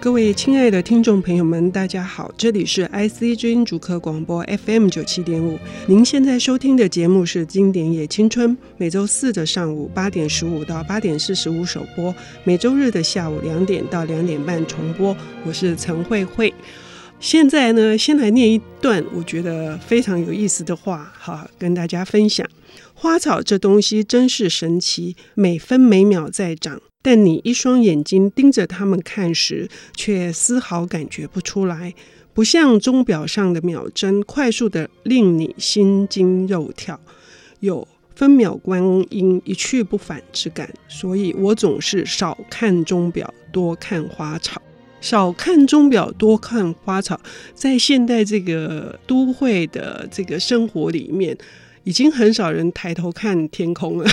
各位亲爱的听众朋友们，大家好，这里是 IC 之音主客广播 FM 九七点五。您现在收听的节目是《经典也青春》，每周四的上午八点十五到八点四十五首播，每周日的下午两点到两点半重播。我是陈慧慧。现在呢，先来念一段我觉得非常有意思的话，哈，跟大家分享。花草这东西真是神奇，每分每秒在长。但你一双眼睛盯着它们看时，却丝毫感觉不出来，不像钟表上的秒针快速的令你心惊肉跳，有分秒光阴一去不返之感。所以我总是少看钟表，多看花草。少看钟表，多看花草，在现代这个都会的这个生活里面。已经很少人抬头看天空了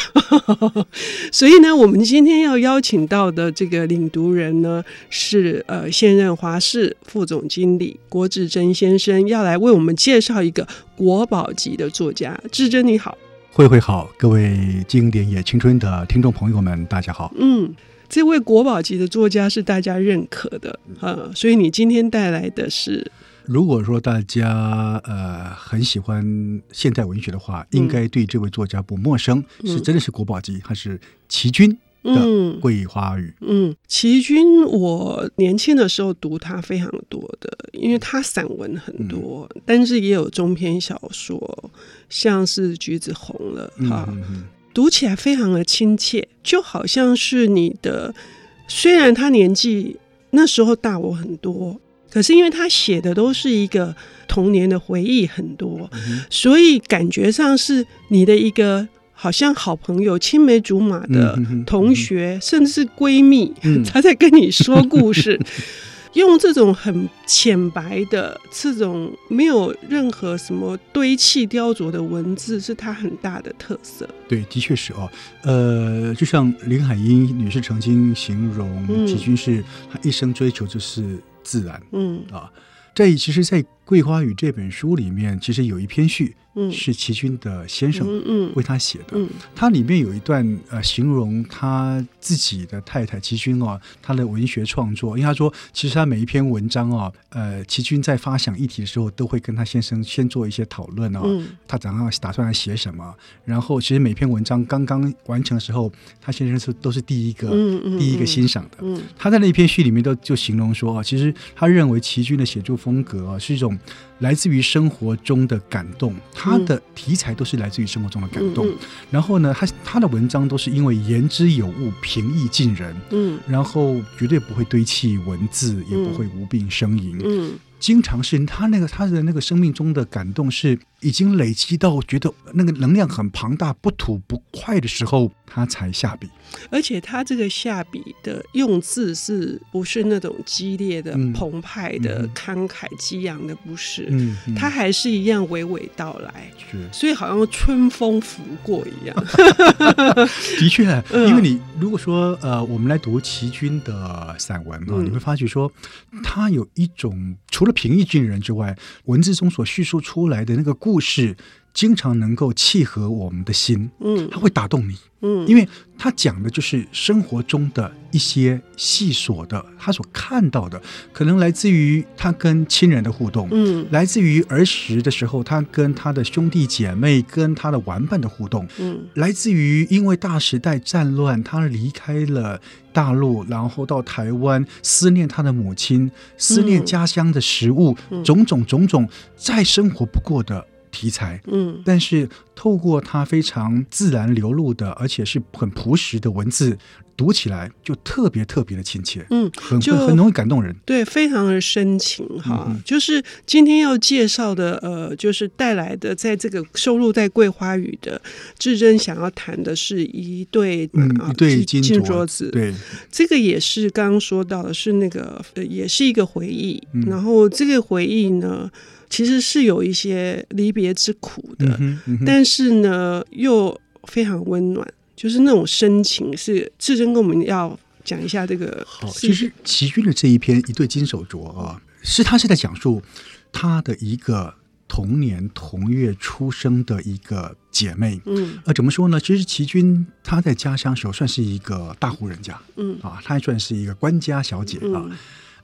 所以呢，我们今天要邀请到的这个领读人呢，是呃现任华视副总经理郭志珍先生，要来为我们介绍一个国宝级的作家。志珍你好，慧慧好，各位经典也青春的听众朋友们，大家好。嗯。这位国宝级的作家是大家认可的啊，所以你今天带来的是，如果说大家呃很喜欢现代文学的话，应该对这位作家不陌生，嗯是真的是国宝级，还是齐军的嗯《桂花雨》嗯，齐军，我年轻的时候读他非常多的，因为他散文很多，但是也有中篇小说，像是《橘子红了》哈、嗯嗯读起来非常的亲切，就好像是你的，虽然他年纪那时候大我很多，可是因为他写的都是一个童年的回忆很多，嗯所以感觉上是你的一个好像好朋友、青梅竹马的嗯哼哼同学，甚至是闺蜜，嗯她在跟你说故事。 用这种很浅白的、这种没有任何什么堆砌雕琢的文字，是它很大的特色。对，的确是哦。呃，就像林海音女士曾经形容嗯齐军是，她一生追求就是自然嗯啊。在其实，在《桂花雨》这本书里面，其实有一篇序嗯是齐军的先生嗯嗯为他写的。嗯它里面有一段呃，形容他自己的太太齐君哦，他的文学创作，因为他说，其实他每一篇文章哦，呃，齐君在发想议题的时候，都会跟他先生先做一些讨论哦，嗯他早上打算来写什么，然后其实每篇文章刚刚完成的时候，他先生是都是第一个、嗯嗯啊第一个欣赏的。嗯他在那篇序里面都就形容说哦，其实他认为齐军的写作风格哦是一种来自于生活中的感动，他的题材都是来自于生活中的感动。嗯然后呢，他他的文章都是因为言之有物，平易近人，嗯然后绝对不会堆砌文字，也不会无病呻吟。嗯经常是他那个他的那个生命中的感动是已经累积到觉得那个能量很庞大、不吐不快的时候，他才下笔。而且他这个下笔的用字是不是那种激烈的、嗯澎湃的、嗯慷慨激昂的？不是，嗯，嗯他还是一样娓娓道来，是所以好像春风拂过一 样。的确，嗯因为你如果说呃，我们来读齐君的散文啊，嗯你会发觉说，他有一种除了平易近人之外，文字中所叙述出来的那个故事，经常能够契合我们的心，嗯它会打动你，嗯，因为为他讲的就是生活中的一些细琐的，他所看到的，可能来自于他跟亲人的互动，嗯来自于儿时的时候，他跟他的兄弟姐妹、跟他的玩伴的互动。嗯来自于因为大时代战乱，他离开了大陆，然后到台湾，思念他的母亲，思念家乡的食物，嗯种种种种，再生活不过的题材。嗯但是透过他非常自然流露的，而且是很朴实的文字，读起来就特别特别的亲切，嗯，很就会很容易感动人。对，非常的深情哈。嗯哼就是今天要介绍的，呃，就是带来的，在这个收录在《桂花雨》的志珍想要谈的是一对嗯啊一对金金镯镯子，对，这个也是刚刚说到的，是那个、呃、也是一个回忆、嗯然后这个回忆呢，其实是有一些离别之苦的，嗯哼，嗯哼但是呢又非常温暖，就是那种深情是志珍跟我们要讲一下这个好，是哦其实齐军的这一篇《一对金手镯》啊，是他是在讲述他的一个同年同月出生的一个姐妹。嗯呃，怎么说呢？其实齐军他在家乡时候算是一个大户人家嗯啊，他还算是一个官家小姐啊。嗯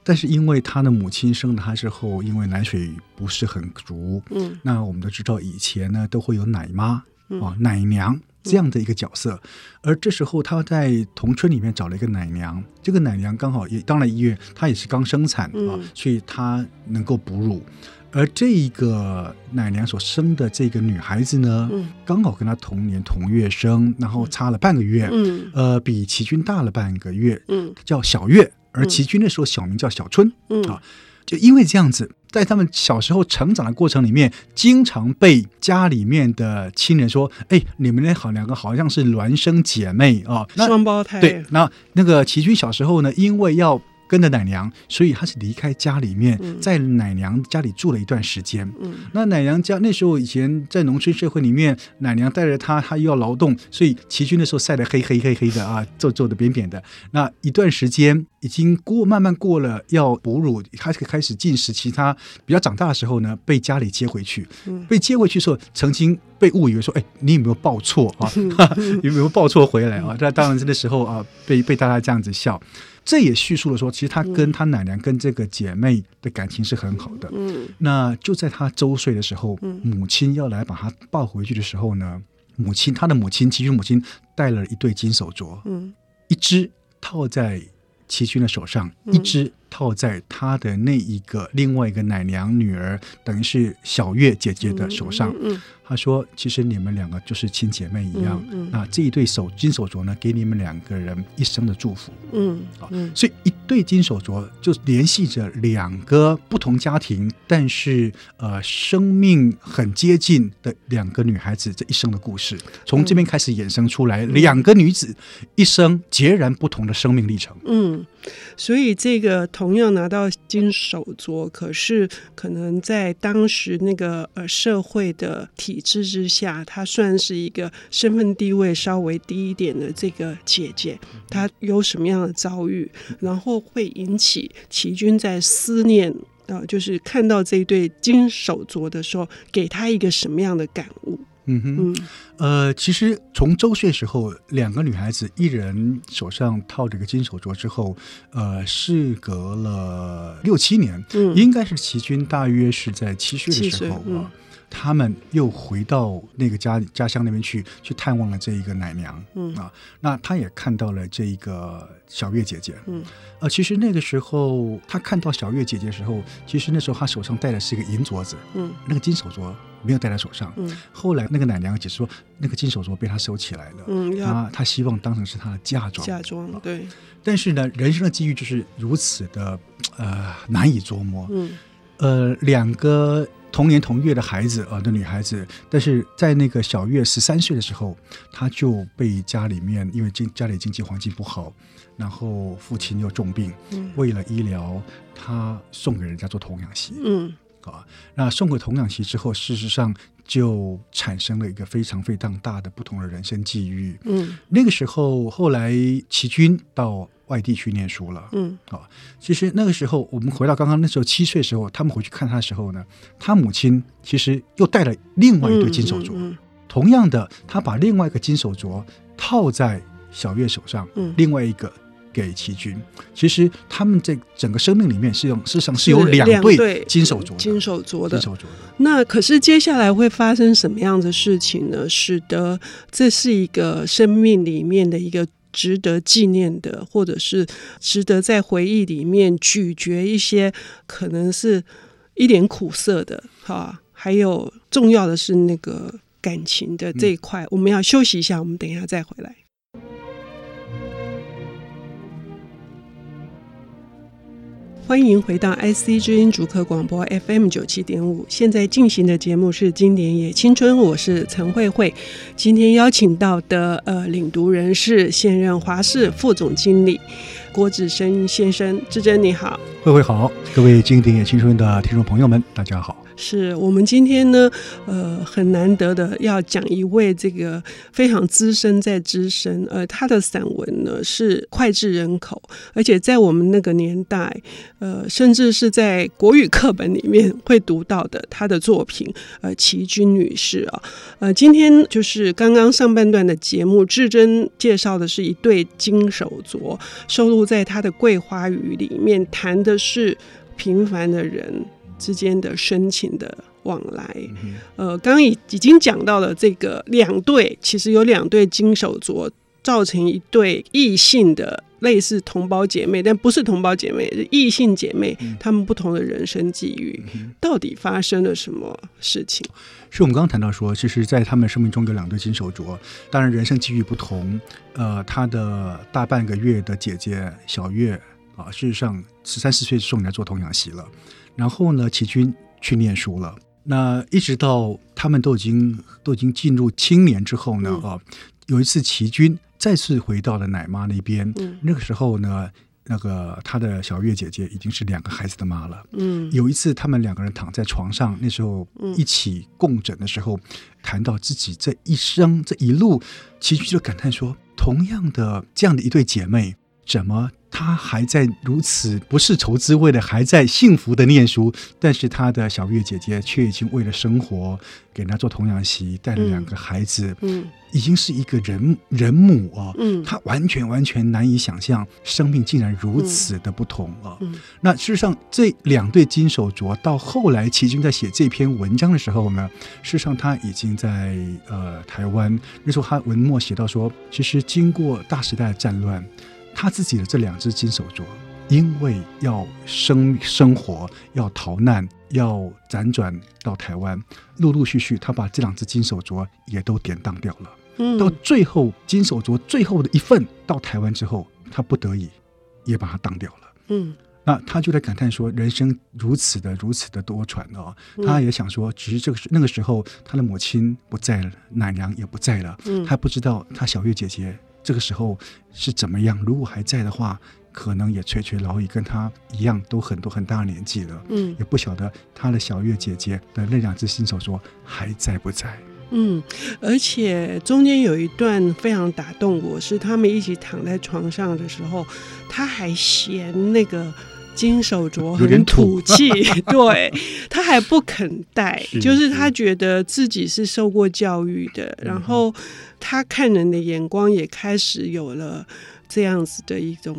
但是因为他的母亲生了他之后，因为奶水不是很足，嗯那我们都知道以前呢都会有奶妈嗯啊、奶娘这样的一个角色，而这时候他在同村里面找了一个奶娘，这个奶娘刚好也当然因为她也是刚生产啊嗯，所以她能够哺乳。而这一个奶娘所生的这个女孩子呢，嗯刚好跟她同年同月生，然后差了半个月，嗯呃，比齐军大了半个月，嗯叫小月。而嗯齐军那时候小名叫小春，嗯啊就因为这样子，在他们小时候成长的过程里面，经常被家里面的亲人说：“哎，你们那好两个好像是孪生姐妹啊。”那双胞胎对，那那个齐军小时候呢，因为要跟着奶娘，所以他是离开家里面嗯，在奶娘家里住了一段时间。嗯那奶娘家那时候以前在农村社会里面，奶娘带着她，她又要劳动，所以齐军那时候晒得黑黑黑黑的啊，皱皱的扁扁的。那一段时间已经过，慢慢过了要哺乳，开始开始进食，其他比较长大的时候呢，被家里接回去。嗯被接回去的时候，曾经被误以为说，哎，你有没有抱错啊？ 有没有抱错回来啊？那当然，这个时候啊，被被大家这样子笑，这也叙述了说，其实她跟她奶娘跟这个姐妹的感情是很好的。嗯那就在他周岁的时候，嗯母亲要来把他抱回去的时候呢，母亲他的母亲齐军母亲带了一对金手镯，嗯一只套在齐军的手上，嗯一只套在他的那一个另外一个奶娘女儿，等于是小月姐姐的手上。嗯他说：“其实你们两个就是亲姐妹一样。嗯嗯那这一对手金手镯呢，给你们两个人一生的祝福。嗯啊嗯所以一对金手镯就联系着两个不同家庭，但是呃生命很接近的两个女孩子这一生的故事，从这边开始衍生出来，两个女子一生截然不同的生命历程。嗯，所以这个同样拿到金手镯，可是可能在当时那个呃社会的体制之下，她算是一个身份地位稍微低一点的这个姐姐，她有什么样的遭遇，然后会引起齐军在思念。啊、就是看到这一对金手镯的时候，给她一个什么样的感悟？嗯哼，嗯呃，其实从周岁时候，两个女孩子一人手上套着个金手镯之后，呃，事隔了六七年，嗯应该是齐军大约是在七岁七的岁时候啊。嗯他们又回到那个家家乡那边去，去探望了这一个奶娘。嗯啊，那他也看到了这一个小月姐姐。嗯呃，其实那个时候他看到小月姐姐的时候，其实那时候他手上戴的是一个银镯子，嗯那个金手镯没有戴在手上。嗯后来那个奶娘解释说，那个金手镯被他收起来了。嗯，要他他希望当成是他的嫁妆，嫁妆，对，但是呢，人生的际遇就是如此的，呃，难以琢磨。嗯呃，两个同年同月的孩子啊、呃的女孩子，但是在那个小月十三岁的时候，她就被家里面因为经家里经济环境不好，然后父亲又重病，嗯为了医疗，她送给人家做童养媳嗯啊。那送给童养媳之后，事实上就产生了一个非常非常大的不同的人生际遇。嗯那个时候，后来齐军到外地去念书了。嗯其实那个时候，我们回到刚刚那时候七岁的时候，他们回去看他的时候呢，他母亲其实又带了另外一对金手镯。嗯同样的，他把另外一个金手镯套在小月手上，嗯另外一个给齐军。其实他们这整个生命里面是用，事实上是有两对金手镯的，金手镯的金。手镯的。那可是接下来会发生什么样的事情呢？使得这是一个生命里面的一个值得纪念的，或者是值得在回忆里面咀嚼一些可能是一点苦涩的哈、还有重要的是那个感情的嗯这一块，我们要休息一下，我们等一下再回来。欢迎回到 IC 之音主客广播 FM 九七点五，现在进行的节目是《经典也青春》，我是陈慧慧。今天邀请到的呃领读人是现任华视副总经理郭志生先生，志珍你好。慧慧好，各位经典也青春的听众朋友们，大家好。是我们今天呢，呃，很难得的要讲一位这个非常资深在资深，呃，他的散文呢是脍炙人口，而且在我们那个年代，呃，甚至是在国语课本里面会读到的他的作品，呃，齐君女士啊、呃，今天就是刚刚上半段的节目，志珍介绍的是一对金手镯，收录在他的《桂花雨》里面，谈的是平凡的人。之间的深情的往来，嗯呃，刚刚已已经讲到了这个两对，其实有两对金手镯造成一对异性的类似同胞姐妹，但不是同胞姐妹，是异性姐妹，她们不同的人生际遇，到底发生了什么事情？是我们刚刚谈到说，就是在他们生命中有两对金手镯，当然人生际遇不同。呃，他的大半个月的姐姐小月啊，事实上十三四岁送人家做童养媳了。然后呢，齐军去念书了。那一直到他们都已经都已经进入青年之后呢，啊、有一次齐军再次回到了奶妈那边。嗯那个时候呢，那个他的小月姐姐已经是两个孩子的妈了。嗯有一次，他们两个人躺在床上，那时候一起共枕的时候，谈到自己这一生这一路，齐军就感叹说：“同样的这样的一对姐妹，怎么她还在如此不是愁滋味的，还在幸福的念书？但是她的小月姐姐却已经为了生活给人家做童养媳，带了两个孩子，嗯已经是一个人人母啊。嗯，她完全完全难以想象，生命竟然如此的不同啊！嗯那事实上，这两对金手镯到后来齐军在写这篇文章的时候呢，事实上他已经在呃台湾那时候，他文末写到说，其实经过大时代的战乱，他自己的这两只金手镯，因为要生生活、要逃难、要辗转到台湾，陆陆续续他把这两只金手镯也都典当掉了。嗯到最后，金手镯最后的一份到台湾之后，他不得已也把它当掉了。嗯那他就在感叹说，人生如此的如此的多舛哦。嗯他也想说，只是这个时那个时候，他的母亲不在了，奶娘也不在了，嗯他不知道他小月姐姐这个时候是怎么样。如果还在的话，可能也垂垂老矣，跟他一样都很多很大的年纪了，嗯也不晓得他的小月姐姐的那两只新手镯还在不在。嗯，而且中间有一段非常打动我，是他们一起躺在床上的时候，他还嫌那个金手镯有点很土土 气，对他还不肯戴，是就是是他觉得自己是受过教育的，然后他看人的眼光也开始有了这样子的一种。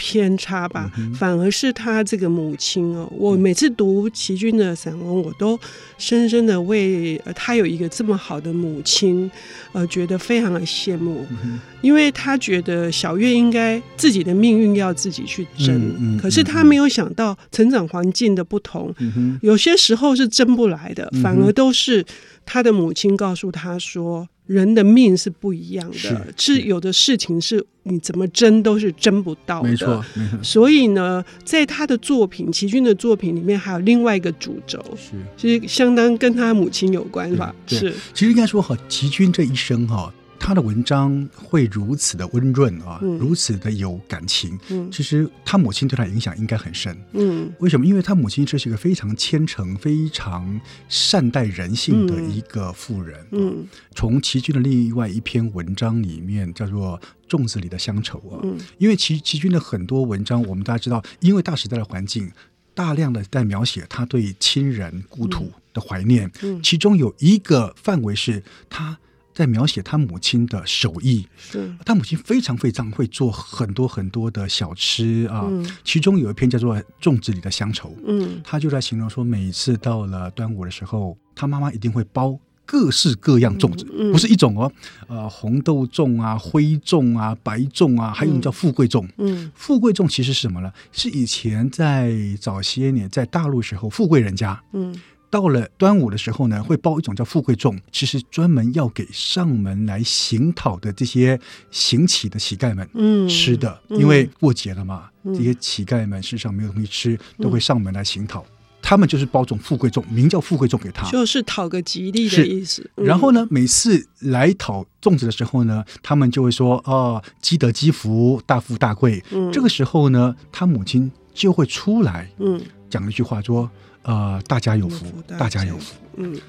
偏差吧，啊嗯反而是他这个母亲哦，我每次读齐君的散文，我都深深的为呃他有一个这么好的母亲，呃，觉得非常的羡慕，嗯因为他觉得小月应该自己的命运要自己去争，嗯嗯可是他没有想到成长环境的不同，嗯哼，有些时候是争不来的，嗯哼反而都是他的母亲告诉他说。人的命是不一样的，是是有的事情是你怎么争都是争不到的。没错，没错，所以呢，在他的作品，齐军的作品里面，还有另外一个主轴，是。就是相当跟他母亲有关吧？对是，其实应该说哈，齐军这一生哈，他的文章会如此的温润啊，嗯如此的有感情。嗯其实他母亲对他影响应该很深。嗯为什么？因为他母亲这是一个非常虔诚、非常善待人性的嗯一个妇人。啊嗯从齐军的另外一篇文章里面叫做《粽子里的乡愁》啊，嗯因为齐齐军的很多文章，我们大家知道，因为大时代的环境，大量的在描写他对亲人故土的怀念，嗯，其中有一个范围是他在描写他母亲的手艺，是，他母亲非常非常会做很多很多的小吃啊，嗯其中有一篇叫做《粽子里的乡愁》，嗯他就在形容说，每次到了端午的时候，他妈妈一定会包。各式各样粽子，嗯嗯不是一种哦，呃，红豆粽啊、灰粽啊、白粽啊，还有一种叫富贵粽。嗯富贵粽其实是什么呢？是以前在早些年在大陆时候，富贵人家嗯到了端午的时候呢，会包一种叫富贵粽，其实专门要给上门来行讨的这些行乞的乞丐们嗯，吃的，嗯因为过节了嘛，嗯这些乞丐们身上没有东西吃，都会上门来行讨。他们就是包种富贵粽，名叫富贵粽给他。就是讨个吉利的是意思。嗯然后呢，每次来讨粽子的时候呢，他们就会说：“哦，积德积福，大富大贵。嗯这个时候呢，他母亲就会出来嗯讲了一句话说：“呃，大家有有福福，大家有福。，嗯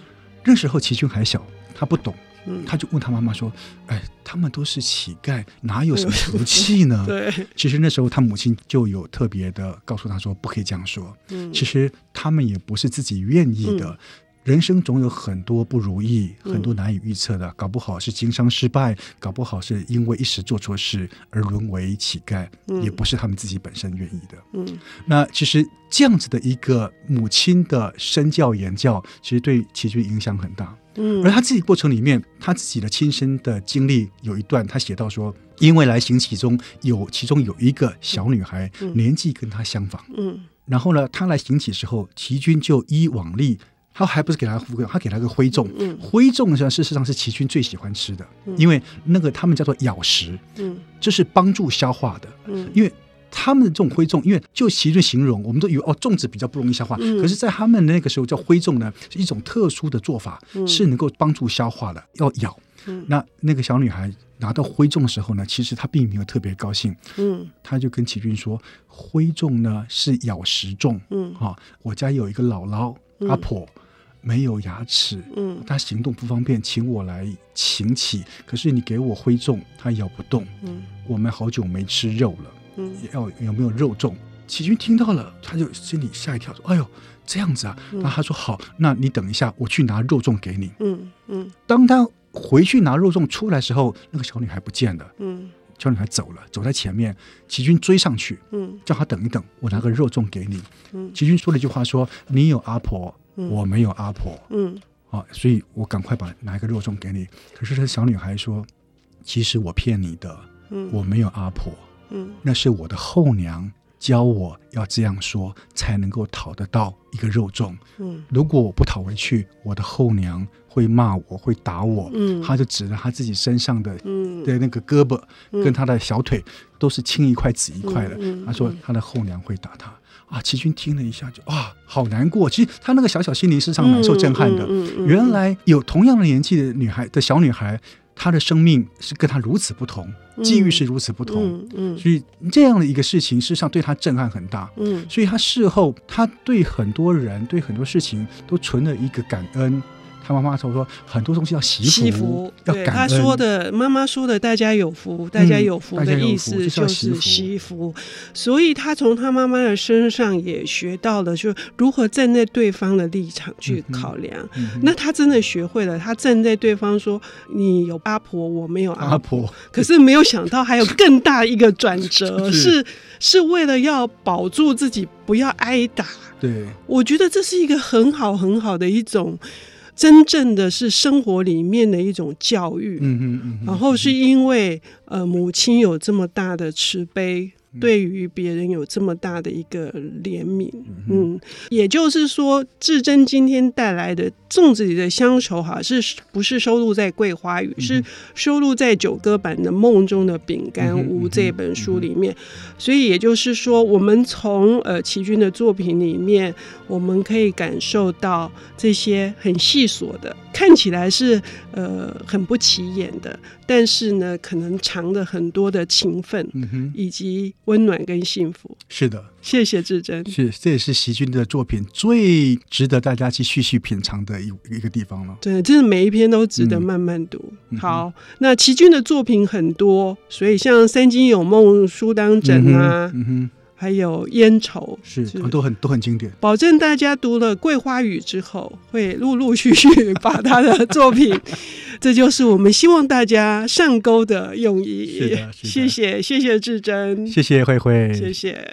那时候齐军还小，他不懂，嗯，他就问他妈妈说：“哎，他们都是乞丐，哪有什么哎呦福气 呢？”对，其实那时候他母亲就有特别的告诉他说：“不可以这样说。”嗯其实他们也不是自己愿意的。人生总有很多不如意，嗯很多难以预测的，搞不好是经商失败，搞不好是因为一时做错事而沦为乞丐，嗯也不是他们自己本身愿意的。嗯那其实这样子的一个母亲的身教言教，其实对齐军影响很大。嗯，而他自己过程里面，他自己的亲身的经历有一段，他写到说，因为来行乞中有其中有一个小女孩，嗯年纪跟他相仿。嗯然后呢，他来行乞时候，齐军就依往例，他还不是给他糊他给他个徽粽。嗯徽粽呢，事实上是齐军最喜欢吃的，因为那个他们叫做咬食，嗯这是帮助消化的。嗯，因为他们的这种灰粽，因为就其实形容，我们都以为哦，粽子比较不容易消化，嗯可是，在他们那个时候叫灰粽呢，是一种特殊的做法，嗯是能够帮助消化的，要咬。嗯那那个小女孩拿到灰粽的时候呢，其实她并没有特别高兴，嗯她就跟齐军说，灰粽呢是咬食粽，嗯哈、我家有一个姥姥阿婆。没有牙齿，嗯她行动不方便，请我来请起。可是你给我灰粽，她咬不动。嗯我们好久没吃肉了，嗯要有没有肉粽。齐军听到了，他就心里吓一跳，说：“哎呦，这样子啊！”嗯那他说：“好，那你等一下，我去拿肉粽给你。嗯嗯”当他回去拿肉粽出来时候，那个小女孩不见了，嗯小女孩走了，走在前面。齐军追上去，嗯叫他等一等，我拿个肉粽给你。嗯齐军说了一句话说：“你有阿婆，嗯我没有阿婆嗯啊，所以我赶快把拿一个肉粽给你。”可是这小女孩说：“其实我骗你的，嗯，我没有阿婆。”嗯那是我的后娘教我要这样说，才能够讨得到一个肉粽。嗯如果我不讨回去，我的后娘会骂我，会打我。嗯她就指着她自己身上的嗯的那个胳膊嗯跟她的小腿，都是青一块紫一块的嗯嗯。她说嗯她的后娘会打她。啊，齐军听了一下就啊，好难过。其实她那个小小心灵是上蛮受震撼的。嗯嗯嗯嗯原来有同样的年纪的女孩的小女孩，她的生命是跟她如此不同，际遇是如此不同。嗯嗯所以这样的一个事情，事实上对他震撼很大。嗯所以他事后，他对很多人、对很多事情都存了一个感恩。他妈妈说说很多东西要惜福，惜福，要对感他恩。嗯说的妈妈说的“大家有福，大家有福”大家的有意福思就是要是惜福惜福，所以他从他妈妈的身上也学到了，就如何站在对方的立场去嗯哼考量。嗯哼那他真的学会了，他站在对方说：“你有阿婆，我没有阿阿婆。婆，可是没有想到还有更大一个转折，是是是为了要保住自己不要挨打，对，我觉得这是一个很好很好的一种，真正的是生活里面的一种教育。嗯哼嗯哼。然后是因为呃母亲有这么大的慈悲，嗯对于别人有这么大的一个怜悯，嗯，也就是说，志珍今天带来的粽子里的乡愁哈，是不是收录在《桂花嗯雨》，是收录在九歌版的《梦中的饼干嗯屋哼》这本书里面。所以也就是说，我们从呃齐军的作品里面，我们可以感受到这些很细琐的，看起来是呃很不起眼的，但是呢，可能藏着很多的情分，嗯哼，以及温暖跟幸福。是的，谢谢志珍，是这也是席君的作品最值得大家去细细品尝的一一个地方了。对，真的每一篇都值得嗯慢慢读。嗯哼好，那齐君的作品很多，所以像《三更有梦》《书当枕》啊，嗯哼，嗯哼还有《烟愁》是都很都很经典。保证大家读了《桂花雨》之后，会陆陆续续把他的作品，这就是我们希望大家上钩的用意。是的是的谢谢，谢谢志珍，谢谢慧慧，谢谢